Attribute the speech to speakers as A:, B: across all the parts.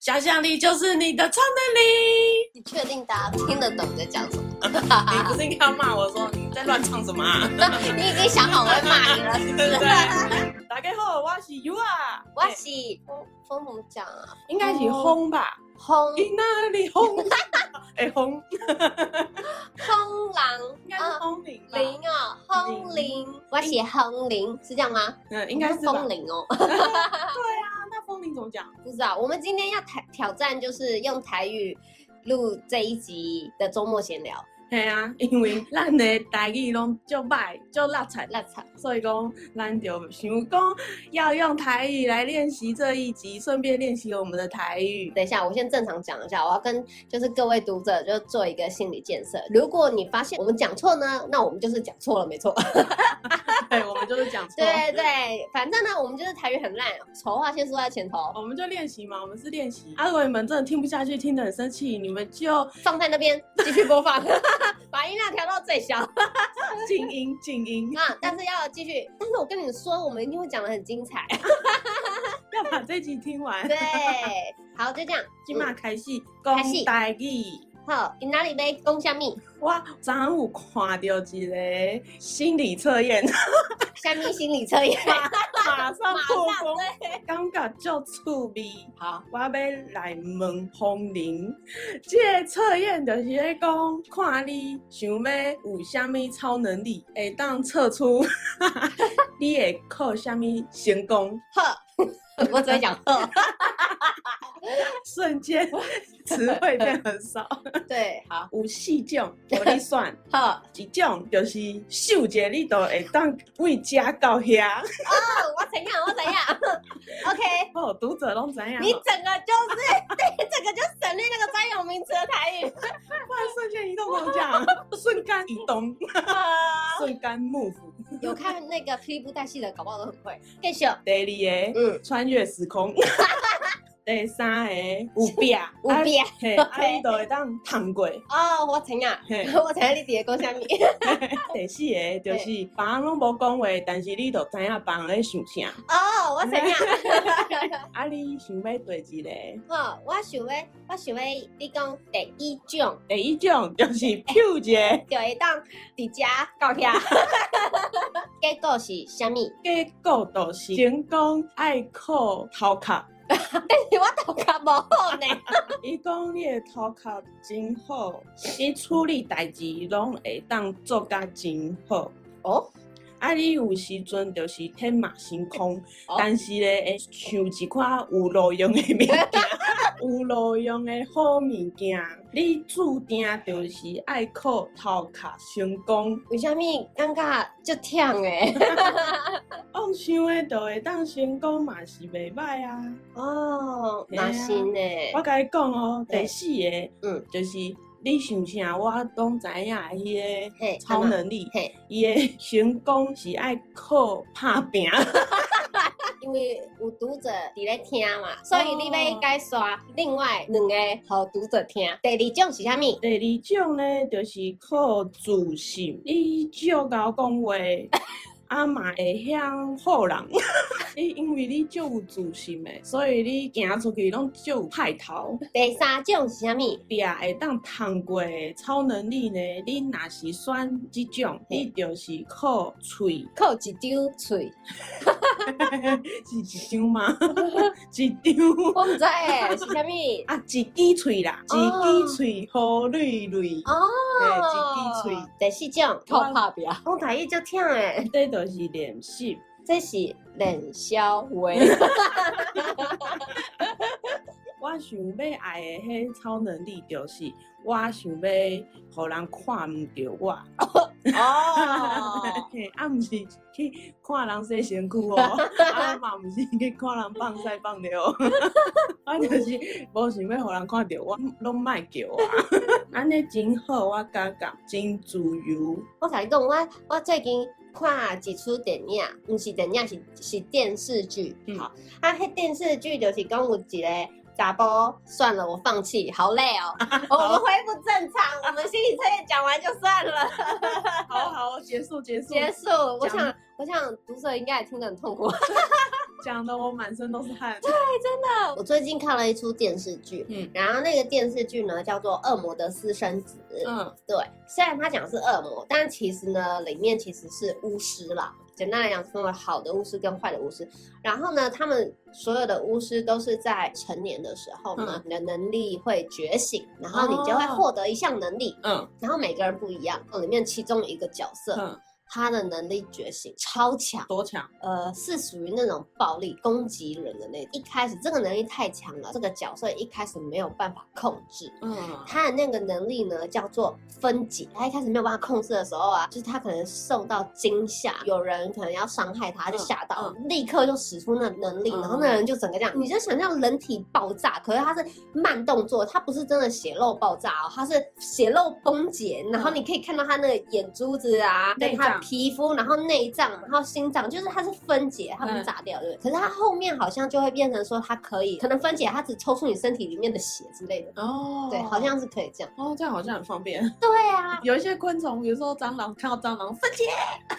A: 想象力就是你的超能
B: 你确定大家听得懂在讲什么？
A: 力。你不是应该要骂我说你在乱唱什么、 啊？
B: 你已经想好我会骂你了，是不
A: 对不
B: 是？
A: 对？大家好，我是 You 啊，
B: 我是风风怎么讲啊？
A: 应该是轰吧？
B: 轰
A: 你那里轰？ 哎轰，
B: 轰狼
A: 应该是
B: 啊，
A: 轰铃吧？
B: 铃啊，轰铃，我写轰铃是这样吗？
A: 嗯，应该是吧
B: 风铃哦，
A: 啊那风铃怎么讲？
B: 不知道。我们今天要挑挑战就是用台语录这一集的周末闲聊，
A: 嘿啊，因为咱的台语拢足歹足垃圾
B: 那惨
A: 所以讲，咱就想讲要用台语来练习这一集，顺便练习我们的台语。
B: 等一下，我先正常讲一下，我要跟就是各位读者就做一个心理建设。如果你发现我们讲错呢，那我们就是讲错了，没错。
A: 对，我们就是讲错。
B: 对对，反正呢，我们就是台语很烂，丑话先说在前头，
A: 我们就练习嘛，我们是练习。啊，如果你们真的听不下去，听得很生气，你们就
B: 放在那边继续播放， 把音量调到最小。
A: 静音，静音，
B: 那但是要继续，但是我跟你说，我们一定会讲的很精彩。
A: 要把这集听完。
B: 对，好，就这样。
A: 今嘛开始
B: 开始
A: 讲台语。
B: 好，你哪里被攻下面？
A: 我昨昏有看到一个心理测验，
B: 下面心理测验。
A: 马上
B: 马
A: 破
B: 上
A: 功，
B: 对，
A: 感觉足趣味。
B: 好，
A: 我要来问风铃，这个测验就是咧讲，看你想要有啥物超能力，会当测出 你会靠啥物成功，
B: 呵，我只会讲呵。
A: 瞬 间词汇变很少。
B: 对，好，
A: 有四 种，互你选，
B: 呵。
A: 一种就是嗅觉，你就会当为遮到遐。
B: 我怎样，我怎样 ？OK，
A: 哦，读者拢知影，
B: 你整个就是， 对，整个就省略那个专有名词的台语。
A: 不然瞬间移动怎么讲？瞬间移动， 瞬间 move。
B: 有看那个霹雳布袋戏的，搞不好都很会。更秀，
A: 第二个。
B: 嗯，
A: 穿越时 空。第三个有壁，
B: 有病
A: 啊，嘿，啊 你就会当趟过。
B: 哦，我怎样？
A: 嘿，
B: 我怎样？你直个讲什么？
A: 第四个就是别人拢无讲话，但是你就知影别人咧想啥。
B: 哦，我怎样？
A: 啊，你想要第一个？
B: 哦，我想要，我想要你讲第一种，
A: 第一种就是嗅觉，
B: 就会当伫家到遐。结果是什么？
A: 结果就是成功爱靠头壳。
B: 但是我头壳无好呢。
A: 伊讲你的头壳真好，你处理代志拢会当做甲真好。
B: 哦，
A: 啊，你有时阵就是天马行空，
B: 哦
A: 但是咧会想一款有路用的物件， 有路用的好物件，你注定就是爱靠头壳成功。
B: 为什么感觉就忝诶？
A: 妄想的就会当成功嘛是袂歹啊！
B: 哦，
A: 对啊
B: 那是呢。
A: 我甲你讲哦，
B: 对
A: 第四个，
B: 嗯
A: 就是你想啥，我拢知影迄
B: 嘿
A: 个超能力，
B: 嘿，
A: 伊的成功是爱靠拍拼。
B: 因为有读者伫咧听嘛，所以你要
A: 哦
B: 解说另外两个互读者听。第二种是啥物？
A: 第二种呢，就是靠自信，你少贤讲 话，啊嘛会晓好人。 你因为你足有自信的，所以你行出去拢足有派头。
B: 第三种是啥物？
A: 壁啊会当通过的超能力呢，你若是选即种，
B: 嘿
A: 你就是靠喙，
B: 靠一张嘴，
A: 是一张吗？ 一张
B: 我毋知诶，是啥 物？
A: 啊，一支喙啦，
B: 哦
A: 一支喙好累累。
B: 哦，
A: 对一支嘴。
B: 第四种靠拍拼，我台语足忝诶，
A: 这就是练习。
B: 这是冷笑 话。
A: 我想要爱的迄超能力，就是我想要互人看毋着我，
B: 哦，
A: 嘿啊，毋是去看人洗身躯 哦，啊嘛毋是去看人放屎放尿哦， 我就是无想要互人看着我，拢莫叫我， 安尼真好，我感觉真自由。
B: 我甲你讲，我我最近看一出电影，毋是电影，是是电视剧。
A: 嗯
B: 好，啊，迄电视剧就是讲有一个查甫，算了，我放弃，好累 哦，我们恢复正常，我们心理测验讲完就算了，
A: 好好，结束结束
B: 结束。我
A: 讲
B: 想我想读者应该也听得很痛苦。
A: 讲的我满身都是汗。
B: 我最近看了一出电视剧，
A: 嗯
B: 然后那个电视剧呢叫做《恶魔的私生子》。
A: 嗯，
B: 对，虽然它讲的是恶魔，但其实呢，里面其实是巫师啦。简单来讲，分为好的巫师跟坏的巫师。然后呢，他们所有的巫师都是在成年的时候呢，你的能力会觉醒，然后你就会
A: 嗯哦
B: 获得一项能力。
A: 嗯
B: 然后每个人不一样，里面其中一个角色，
A: 嗯，
B: 他的能力觉醒超强，
A: 多强！
B: 呃，是属于那种暴力攻击人的那种。一开始这个能力太强了，这个角色一开始没有办法控制。
A: 嗯
B: 他的那个能力呢，叫做分解。他一开始没有办法控制的时候啊，就是他可能受到惊吓，有人可能要伤害他，他就吓到，立刻就使出那能力，
A: 嗯
B: 然后那人就整个这样，你就想象人体爆炸，可是他是慢动作，他不是真的血肉爆炸哦，他是血肉崩解，然后你可以看到他那个眼珠子啊，
A: 嗯内
B: 跟
A: 脏
B: 他的皮肤，然后内脏，然后心脏，就是他是分解，他不是
A: 嗯
B: 炸掉，对不对？可是他后面好像就会变成说，他可以可能分解，他只抽出你身体里面的血之类的。
A: 哦，
B: 对，好像是可以这样。
A: 哦，这样好像很方便。
B: 对啊，
A: 有一些昆虫，比如说蟑螂，看到蟑螂分解，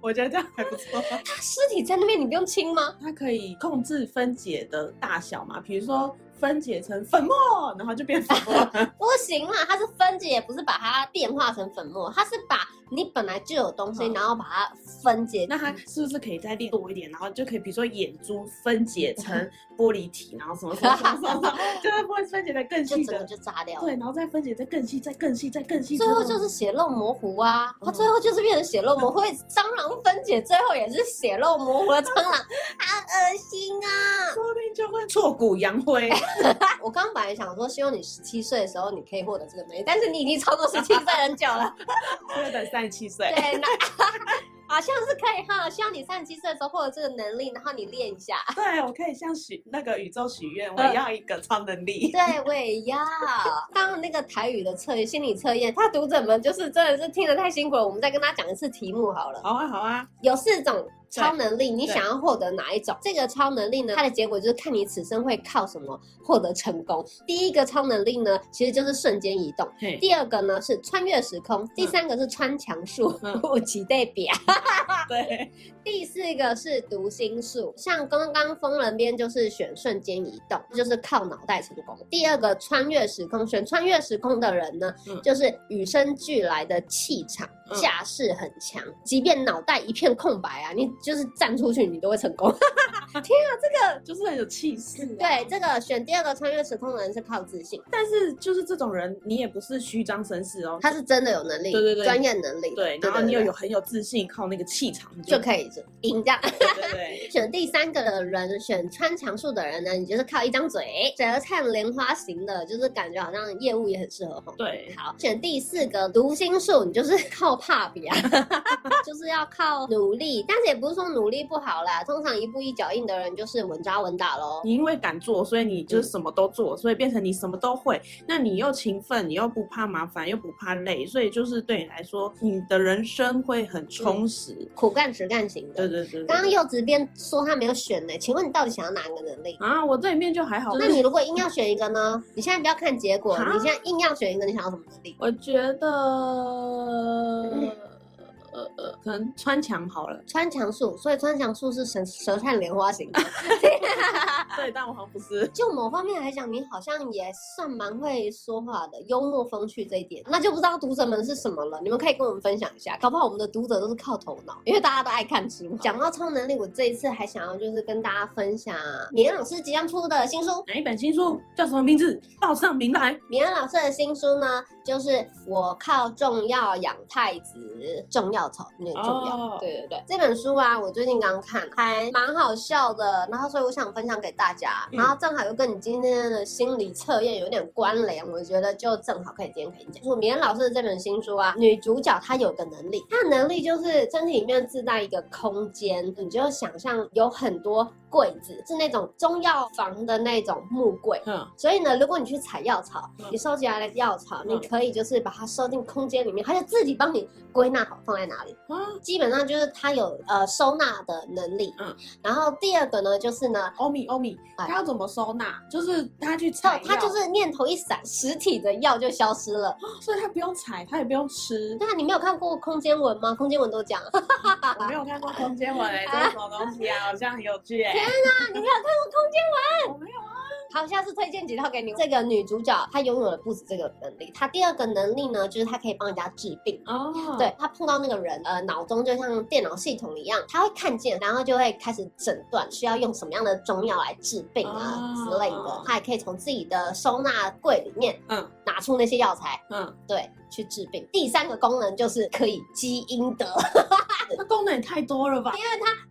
A: 我觉得这样还不错。
B: 它尸体在那边，你不用清吗？
A: 它可以控制分解的大小嘛，比如说分解成粉末，然后就变粉末 了。
B: 不行啦，它是分解，不是把它变化成粉末，它是把你本来就有东西，
A: 嗯
B: 然后把它分解。
A: 那它是不是可以再练多一点，然后就可以比如说眼珠分解 成玻璃体，然后什么什么什么什么，就是会分解的更
B: 就
A: 细
B: 整个
A: 的，
B: 就炸掉
A: 对，
B: 了。
A: 然后再分解再更细，再更细，再更细之
B: 最
A: 后，
B: 后就是血肉模糊啊，它
A: 嗯
B: 最后就是变成血肉模糊。蟑螂分解最后也是血肉模糊的蟑 螂，好恶心啊！
A: 说不定就会挫骨扬 灰。
B: 我刚刚本来想说，希望你十七岁的时候你可以获得这个能力，但是你已经超过十七岁很久了。
A: 要等三十七岁，
B: 对，那好像是可以哈，希望你三十七岁的时候获得这个能力，然后你练一下。
A: 对我可以向许那个宇宙许愿，
B: 嗯
A: 我要一个超能力。
B: 对，我也要。刚刚那个台语的测验，心理测验，他读者们就是真的是听得太辛苦了，我们再跟他讲一次题目好了。
A: 好啊，好啊，
B: 有四种超能力，你
A: 对
B: 想要获得哪一种？这个超能力呢，它的结果就是看你此生会靠什么获得成功。第一个超能力呢，其实就是瞬间移动。
A: 嘿，
B: 第二个呢是穿越时空，第三个是穿墙术
A: 嗯，
B: 我期待表。
A: 对，
B: 第四个是读心术，像刚刚疯人边就是选瞬间移动，
A: 嗯
B: 就是靠脑袋成功。第二个穿越时空，选穿越时空的人呢，
A: 嗯
B: 就是与生俱来的气场，
A: 嗯
B: 架势很强，即便脑袋一片空白啊，你就是站出去你都会成 功。
A: 就是很有气势。啊
B: 对，，这个选第二个穿越时空的人是靠自信，
A: 但是就是这种人，你也不是虚张声势哦。
B: 他是真的有能力，
A: 对对对
B: 专业能力，
A: 对，然后你又
B: 对
A: 有很有自信，靠那个气场你
B: 就可以赢这样。
A: 对对对，
B: 选第三个的人，选穿墙术的人呢，你就是靠一张嘴，舌灿莲花型的，就是感觉好像业务也很适合吼。
A: 对
B: 好，选第四个读心术，你就是靠怕比啊， 就是要靠努力，但是也不是说努力不好啦，通常一步一脚印的人就是稳扎稳打喽。
A: 你因为敢做，所以你就是什么都做，所以变成你什么都会。那你又勤奋，你又不怕麻烦，又不怕累，所以就是对你来说，你的人生会很充实。
B: 苦干实干型
A: 对
B: 的。
A: 对对对
B: 刚刚柚子边说他没有选呢、请问你到底想要哪一个能力？
A: 啊，我这里面就还好。
B: 那你如果硬要选一个呢？你现在不要看结果，
A: 啊
B: 你现在硬要选一个，你想要什么能力？
A: 我觉得，呃呃，可能穿墙好了。
B: 穿墙术，所以穿墙术是舌舌灿莲花型的。
A: 对，但我好像不是。
B: 就某方面来讲，你好像也算蛮会说话的，幽默风趣这一点，那就不知道读者们是什么了。你们可以跟我们分享一下，搞不好我们的读者都是靠头脑，因为大家都爱看书。讲到超能力，我这一次还想要就是跟大家分享米恩老师即将出的新书。
A: 哪一本新书叫什么名字？报上名来。
B: 米恩老师的新书呢，就是《我靠重要养太子，重要草那个重要》
A: 哦
B: 对对对，这本书啊，我最近刚看，还蛮好笑的，然后所以我想分享给大家，
A: 嗯
B: 然后正好又跟你今天的心理测验有点关联，我觉得就正好可以今天可以讲。就是米恩老师的这本新书啊，女主角她有个能力，她的能力就是身体里面自带一个空间，你就想象有很多柜子，是那种中药房的那种木柜。
A: 嗯，
B: 所以呢，如果你去采药草
A: 嗯，
B: 你收集来的药草，
A: 嗯
B: 你可以就是把它收进空间里面，它就自己帮你归纳好放在哪哪里？
A: 啊，
B: 基本上就是他有呃收纳的能力，
A: 嗯，
B: 然后第二个呢就是呢，
A: 欧米欧米，
B: 哎
A: 他要怎么收纳？就是他去
B: 他
A: 采药，
B: 他就是念头一闪，实体的药就消失了。
A: 所以他不用采，他也不用吃。
B: 那你没有看过空间文吗？空间文都 讲，那
A: 我没有看过空间文诶、这是什么东西啊？好像很有趣诶、
B: 你没有看过空间文？
A: 我没有啊，
B: 好，下次推荐几套给你。这个女主角她拥有了不止这个能力，她第二个能力呢就是她可以帮人家治病。
A: 哦，
B: 对，他碰到那个人，呃，脑中就像电脑系统一样，他会看见，然后就会开始诊断需要用什么样的中药来治病啊、
A: 哦
B: 之类的。他也可以从自己的收纳柜里面
A: 嗯
B: 拿出那些药材，
A: 嗯，
B: 对，去治病。第三个功能就是可以积阴德，
A: 那功能也太多了吧？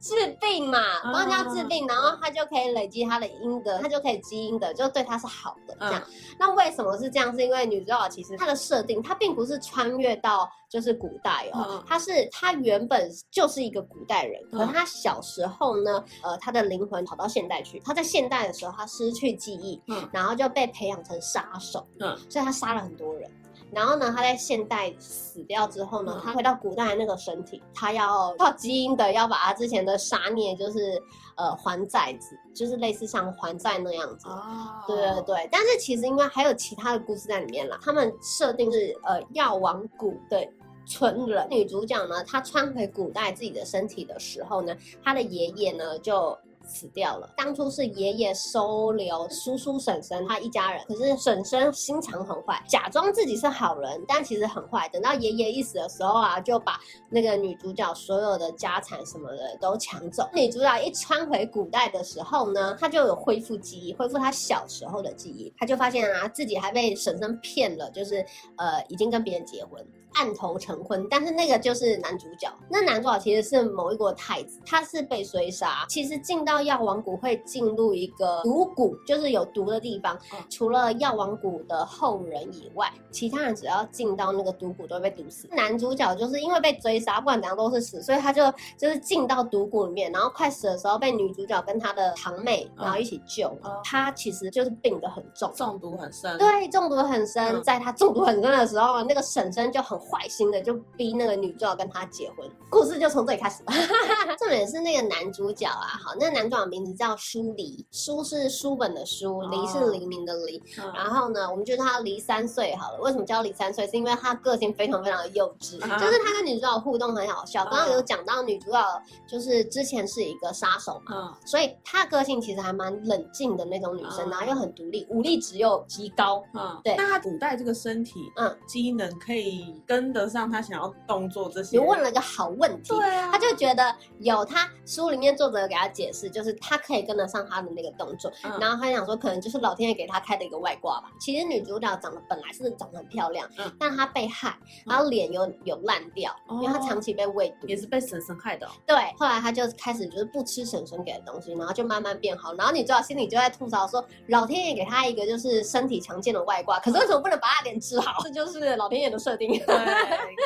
B: 治病嘛，帮人家治
A: 哦
B: 病，然后他就可以累积他的阴德，他就可以积阴德，就对他是好的这样
A: 嗯。
B: 那为什么是这样？是因为女主角其实她的设定，她并不是穿越到就是古代哦
A: 嗯，
B: 她是她原本就是一个古代人，可
A: 嗯
B: 她小时候呢，呃，她的灵魂跑到现代去，她在现代的时候她失去记忆，
A: 嗯
B: 然后就被培养成杀手，
A: 嗯
B: 所以她杀了很多人。然后呢，她在现代死掉之后呢
A: 嗯，
B: 她回到古代的那个身体，她要靠基因的要把她之前的杀孽就是呃还债子，就是类似像还债那样子。
A: 哦，
B: 对对对，但是其实因为还有其他的故事在里面啦，他们设定是呃药王谷的村人，女主角呢，她穿回古代自己的身体的时候呢，她的爷爷呢就。死掉了。当初是爷爷收留叔叔婶婶他一家人，可是婶婶心肠很坏，假装自己是好人，但其实很坏。等到爷爷一死的时候啊，就把那个女主角所有的家产什么的都抢走。女主角一穿回古代的时候呢，她就有恢复记忆，恢复她小时候的记忆。她就发现啊，自己还被婶婶骗了，就是呃，已经跟别人结婚，暗头成婚。但是那个就是男主角，那男主角其实是某一国太子，他是被追杀。其实进到药王谷会进入一个毒谷，就是有毒的地方。
A: 嗯
B: 除了药王谷的后人以外，其他人只要进到那个毒谷都会被毒死。男主角就是因为被追杀，不管怎样都是死，所以他就就是进到毒谷里面，然后快死的时候被女主角跟她的堂妹
A: 嗯
B: 然后一起救。
A: 嗯
B: 他其实就是病得很重。
A: 中毒很深，
B: 对，中毒很深，
A: 嗯
B: 在他中毒很深的时候，那个婶婶就很坏心的就逼那个女主角跟他结婚，故事就从这里开始。 重点是那个男主角啊，好，那个男主角名字叫舒黎，舒是书本的书，黎是
A: 哦
B: 黎明的黎。
A: 嗯，
B: 然后呢，我们就叫他黎三岁好了。为什么叫他黎三岁？是因为他个性非常非常的幼稚，
A: 啊
B: 就是他跟女主角互动很好笑。刚刚有讲到女主角就是之前是一个杀手嘛，
A: 嗯
B: 所以她个性其实还蛮冷静的那种女生，
A: 哦
B: 然后又很独立，武力值又极高。
A: 嗯，
B: 对
A: 那他古代这个身体，
B: 嗯，
A: 机能可以跟得上他想要动作这些。
B: 你问了一个好问题，
A: 对啊，
B: 他就觉得有他书里面作者有给他解释，就是他可以跟得上他的那个动作，
A: 嗯
B: 然后他想说可能就是老天爷给他开的一个外挂吧。其实女主角长得本来是长得很漂亮，
A: 嗯哦
B: 但她被害，然后脸有有烂掉，因为她长期被喂毒。
A: 也是被婶婶害的哦、
B: 对，后来她就开始就是不吃婶婶给的东西，然后就慢慢变好。然后女主角心里就在吐槽说，老天爷给她一个就是身体强健的外挂，可是为什么不能把她脸治好？这就是老天爷的设定。
A: 对，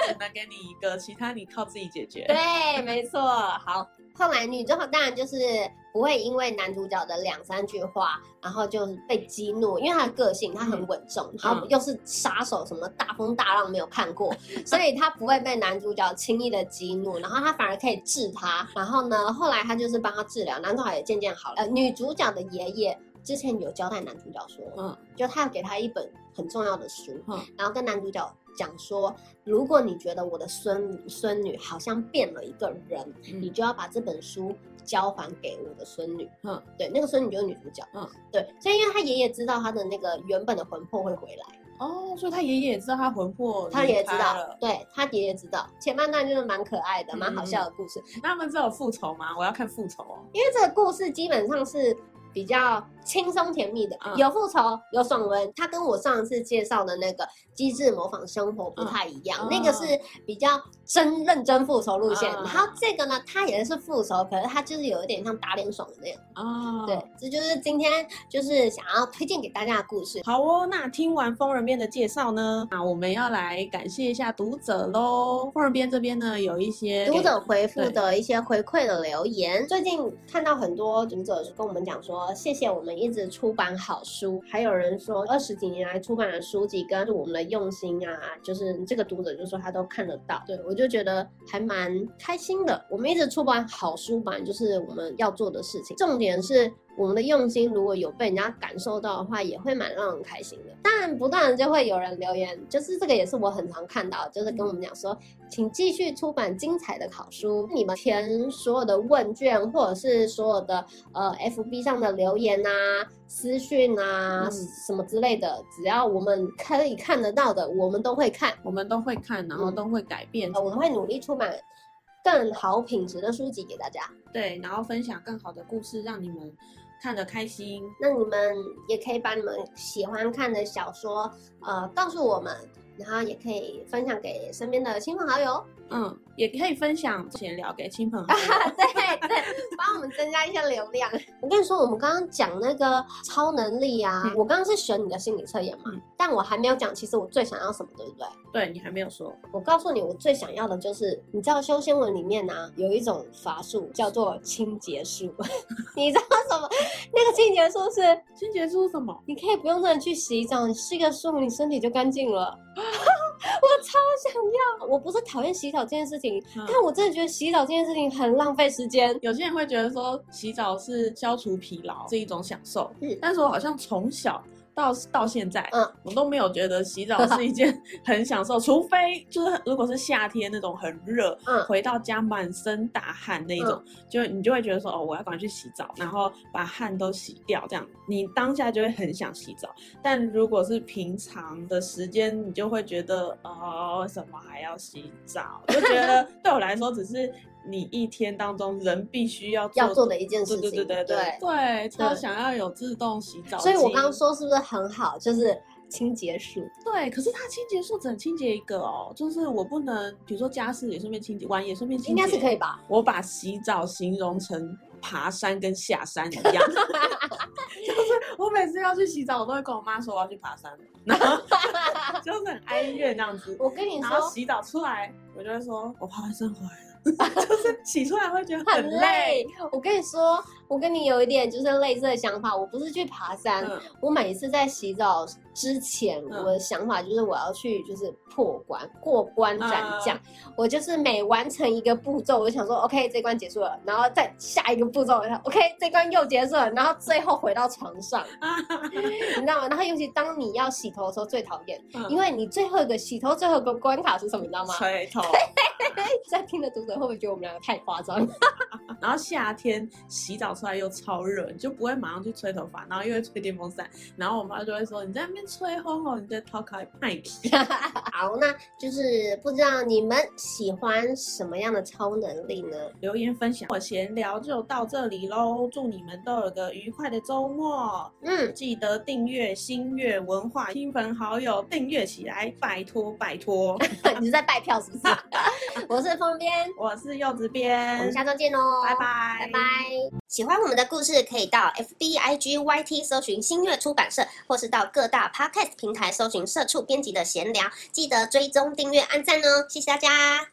A: 只能给你一个，其他你靠自己解决。
B: 对，没错。好，后来女主角当然就是不会因为男主角的两三句话，然后就是被激怒，因为他的个性他
A: 嗯
B: 很稳重，然后又是杀手，什么大风大浪没有看 过，所以他不会被男主角轻易的激怒，然后他反而可以治他。然后呢，后来他就是帮他治疗，男主角也渐渐好了。呃，女主角的爷爷。之前有交代男主角说，
A: 嗯
B: 就他要给他一本很重要的书，
A: 嗯
B: 然后跟男主角讲说，如果你觉得我的孙孙女好像变了一个人，你
A: 嗯
B: 就要把这本书交还给我的孙女。
A: 嗯，
B: 对，那个孙女就是女主角。
A: 嗯，
B: 对，所以因为他爷爷知道他的那个原本的魂魄会回来，
A: 哦，所以他爷爷也知道他魂魄，
B: 他也知道
A: 嗯了，。
B: 对他爷爷知道。前半段就是蛮可爱的，蛮好
A: 嗯
B: 笑的故事，
A: 那他们这有复仇吗？我要看复仇哦。
B: 因为这个故事基本上是。比较轻松甜蜜的，
A: 嗯
B: 有复仇，有爽文。它跟我上次介绍的那个《机智模仿生活》不太一样，
A: 嗯
B: 那个是比较真认真复仇路线。
A: 嗯
B: 然后这个呢，它也是复仇，可是它就是有一点像打脸爽文那样。
A: 哦，
B: 对，这就是今天就是想要推荐给大家的故事。
A: 好哦，那听完疯人边的介绍呢，那我们要来感谢一下读者喽。疯人边这边呢，有一些
B: 读者回复
A: 对
B: 的一些回馈的留言，最近看到很多读者跟我们讲说，说谢谢我们一直出版好书，还有人说二十几年来出版的书籍跟我们的用心啊，就是这个读者就说他都看得到，对我就觉得还蛮开心的。我们一直出版好书，本来就是我们要做的事情，重点是。我们的用心如果有被人家感受到的话，也会蛮让人开心的。但不断就会有人留言，就是这个也是我很常看到，就是跟我们讲说，请继续出版精彩的考书，你们填所有的问卷或者是所有的呃 FB 上的留言啊、私讯啊、
A: 嗯
B: 什么之类的，只要我们可以看得到的，我们都会看。
A: 我们都会看，然后都会改变。
B: 呃我们会努力出版更好品质的书籍给大家。
A: 对，然后分享更好的故事，让你们看得开心。
B: 那你们也可以把你们喜欢看的小说，呃，告诉我们，然后也可以分享给身边的亲朋好友，
A: 嗯，也可以分享闲聊给亲朋好友。
B: 对对，帮我们增加一些流量。我跟你说，我们刚刚讲那个超能力啊，
A: 嗯
B: 我刚刚是选你的心理测验嘛，
A: 嗯
B: 但我还没有讲，其实我最想要什么，对不对？
A: 对你还没有说，
B: 我告诉你，我最想要的就是，你知道修仙文里面呢、有一种法术叫做清洁术， 你知道什么？ 那个清洁术是
A: 清洁是什么？
B: 你可以不用真的去洗澡，你吃个素，你身体就干 净了。我超想要，我不是讨厌洗澡这件事情，
A: 嗯
B: 但我真的觉得洗澡这件事情很浪费时间。
A: 有些人会觉得说洗澡是消除疲劳，是一种享受。
B: 嗯
A: 但是我好像从小到到现在，
B: 嗯
A: 我都没有觉得洗澡是一件 很享受，除非就是如果是夏天那种很热，
B: 嗯
A: 回到家满身大汗那一种，就你就会觉得说哦，我要赶快去洗澡，然后把汗都洗掉，这样你当下就会很想洗澡。但如果是平常的时间，你就会觉得哦，为什么还要洗澡？就觉 得对我来说，只是你一天当中人必须要
B: 要做的一件事
A: 对对
B: 情，
A: 对对对对，超想要有自动洗澡
B: 所以我
A: 机
B: 刚刚说是不是很好？就是清洁术，
A: 对，可是它清洁术只能清洁一个哦，就是我不能，比如说家事也顺便清洁，碗也顺便清
B: 应
A: 洁，
B: 该是可以。吧？
A: 我把洗澡形容成爬山跟下山一样， 就是我每次要去洗澡，我都会跟我妈说我要去爬山，然 后就是很哀怨那样子。
B: 我跟你
A: 然后
B: 说，
A: 洗澡出来，我就会说我爬完山回来了， 就是洗出来会觉得
B: 很
A: 累。
B: 累。我跟你说，我跟你有一点就是类似的想法。我不是去爬山，
A: 嗯
B: 我每一次在洗澡之前，
A: 嗯
B: 我的想法就是我要去就是破关过关斩将，我就是每完成一个步骤，我就想说 OK 这关结束了，然后再下一个步骤，然后 OK 这关又结束了，然后最后回到床上，你知道吗？然后尤其当你要洗头的时候最讨厌，因
A: 为
B: 为你最后一个洗头最后一个关卡是什么，你知道吗？哎
A: 吹头，
B: 在听的读者会不会觉得我们两个太夸张？
A: 然后夏天洗澡出来又超热，你就不会马上去吹头发，然后又会吹电风扇，然后我妈就会说你在那边吹风哦，你在掏开派皮。
B: 好，那就是不知道你们喜欢什么样的超能力呢？
A: 留言分享，我闲聊就到这里喽，祝你们都有个愉快的周末，
B: 嗯，
A: 记得订阅新月文化，亲朋好友订阅起来，拜托拜托。
B: 你是在拜票是 不是？我是风边，
A: 我是柚子
B: 我
A: 编
B: 们，下周见哦，
A: 嗯拜拜，
B: 拜拜。喜欢我们的故事，可以到 F B I G Y T 搜寻新月出版社，或是到各大 Podcast 平台搜寻社畜编辑的闲聊，记得追踪、订阅、按赞哦，谢谢大家。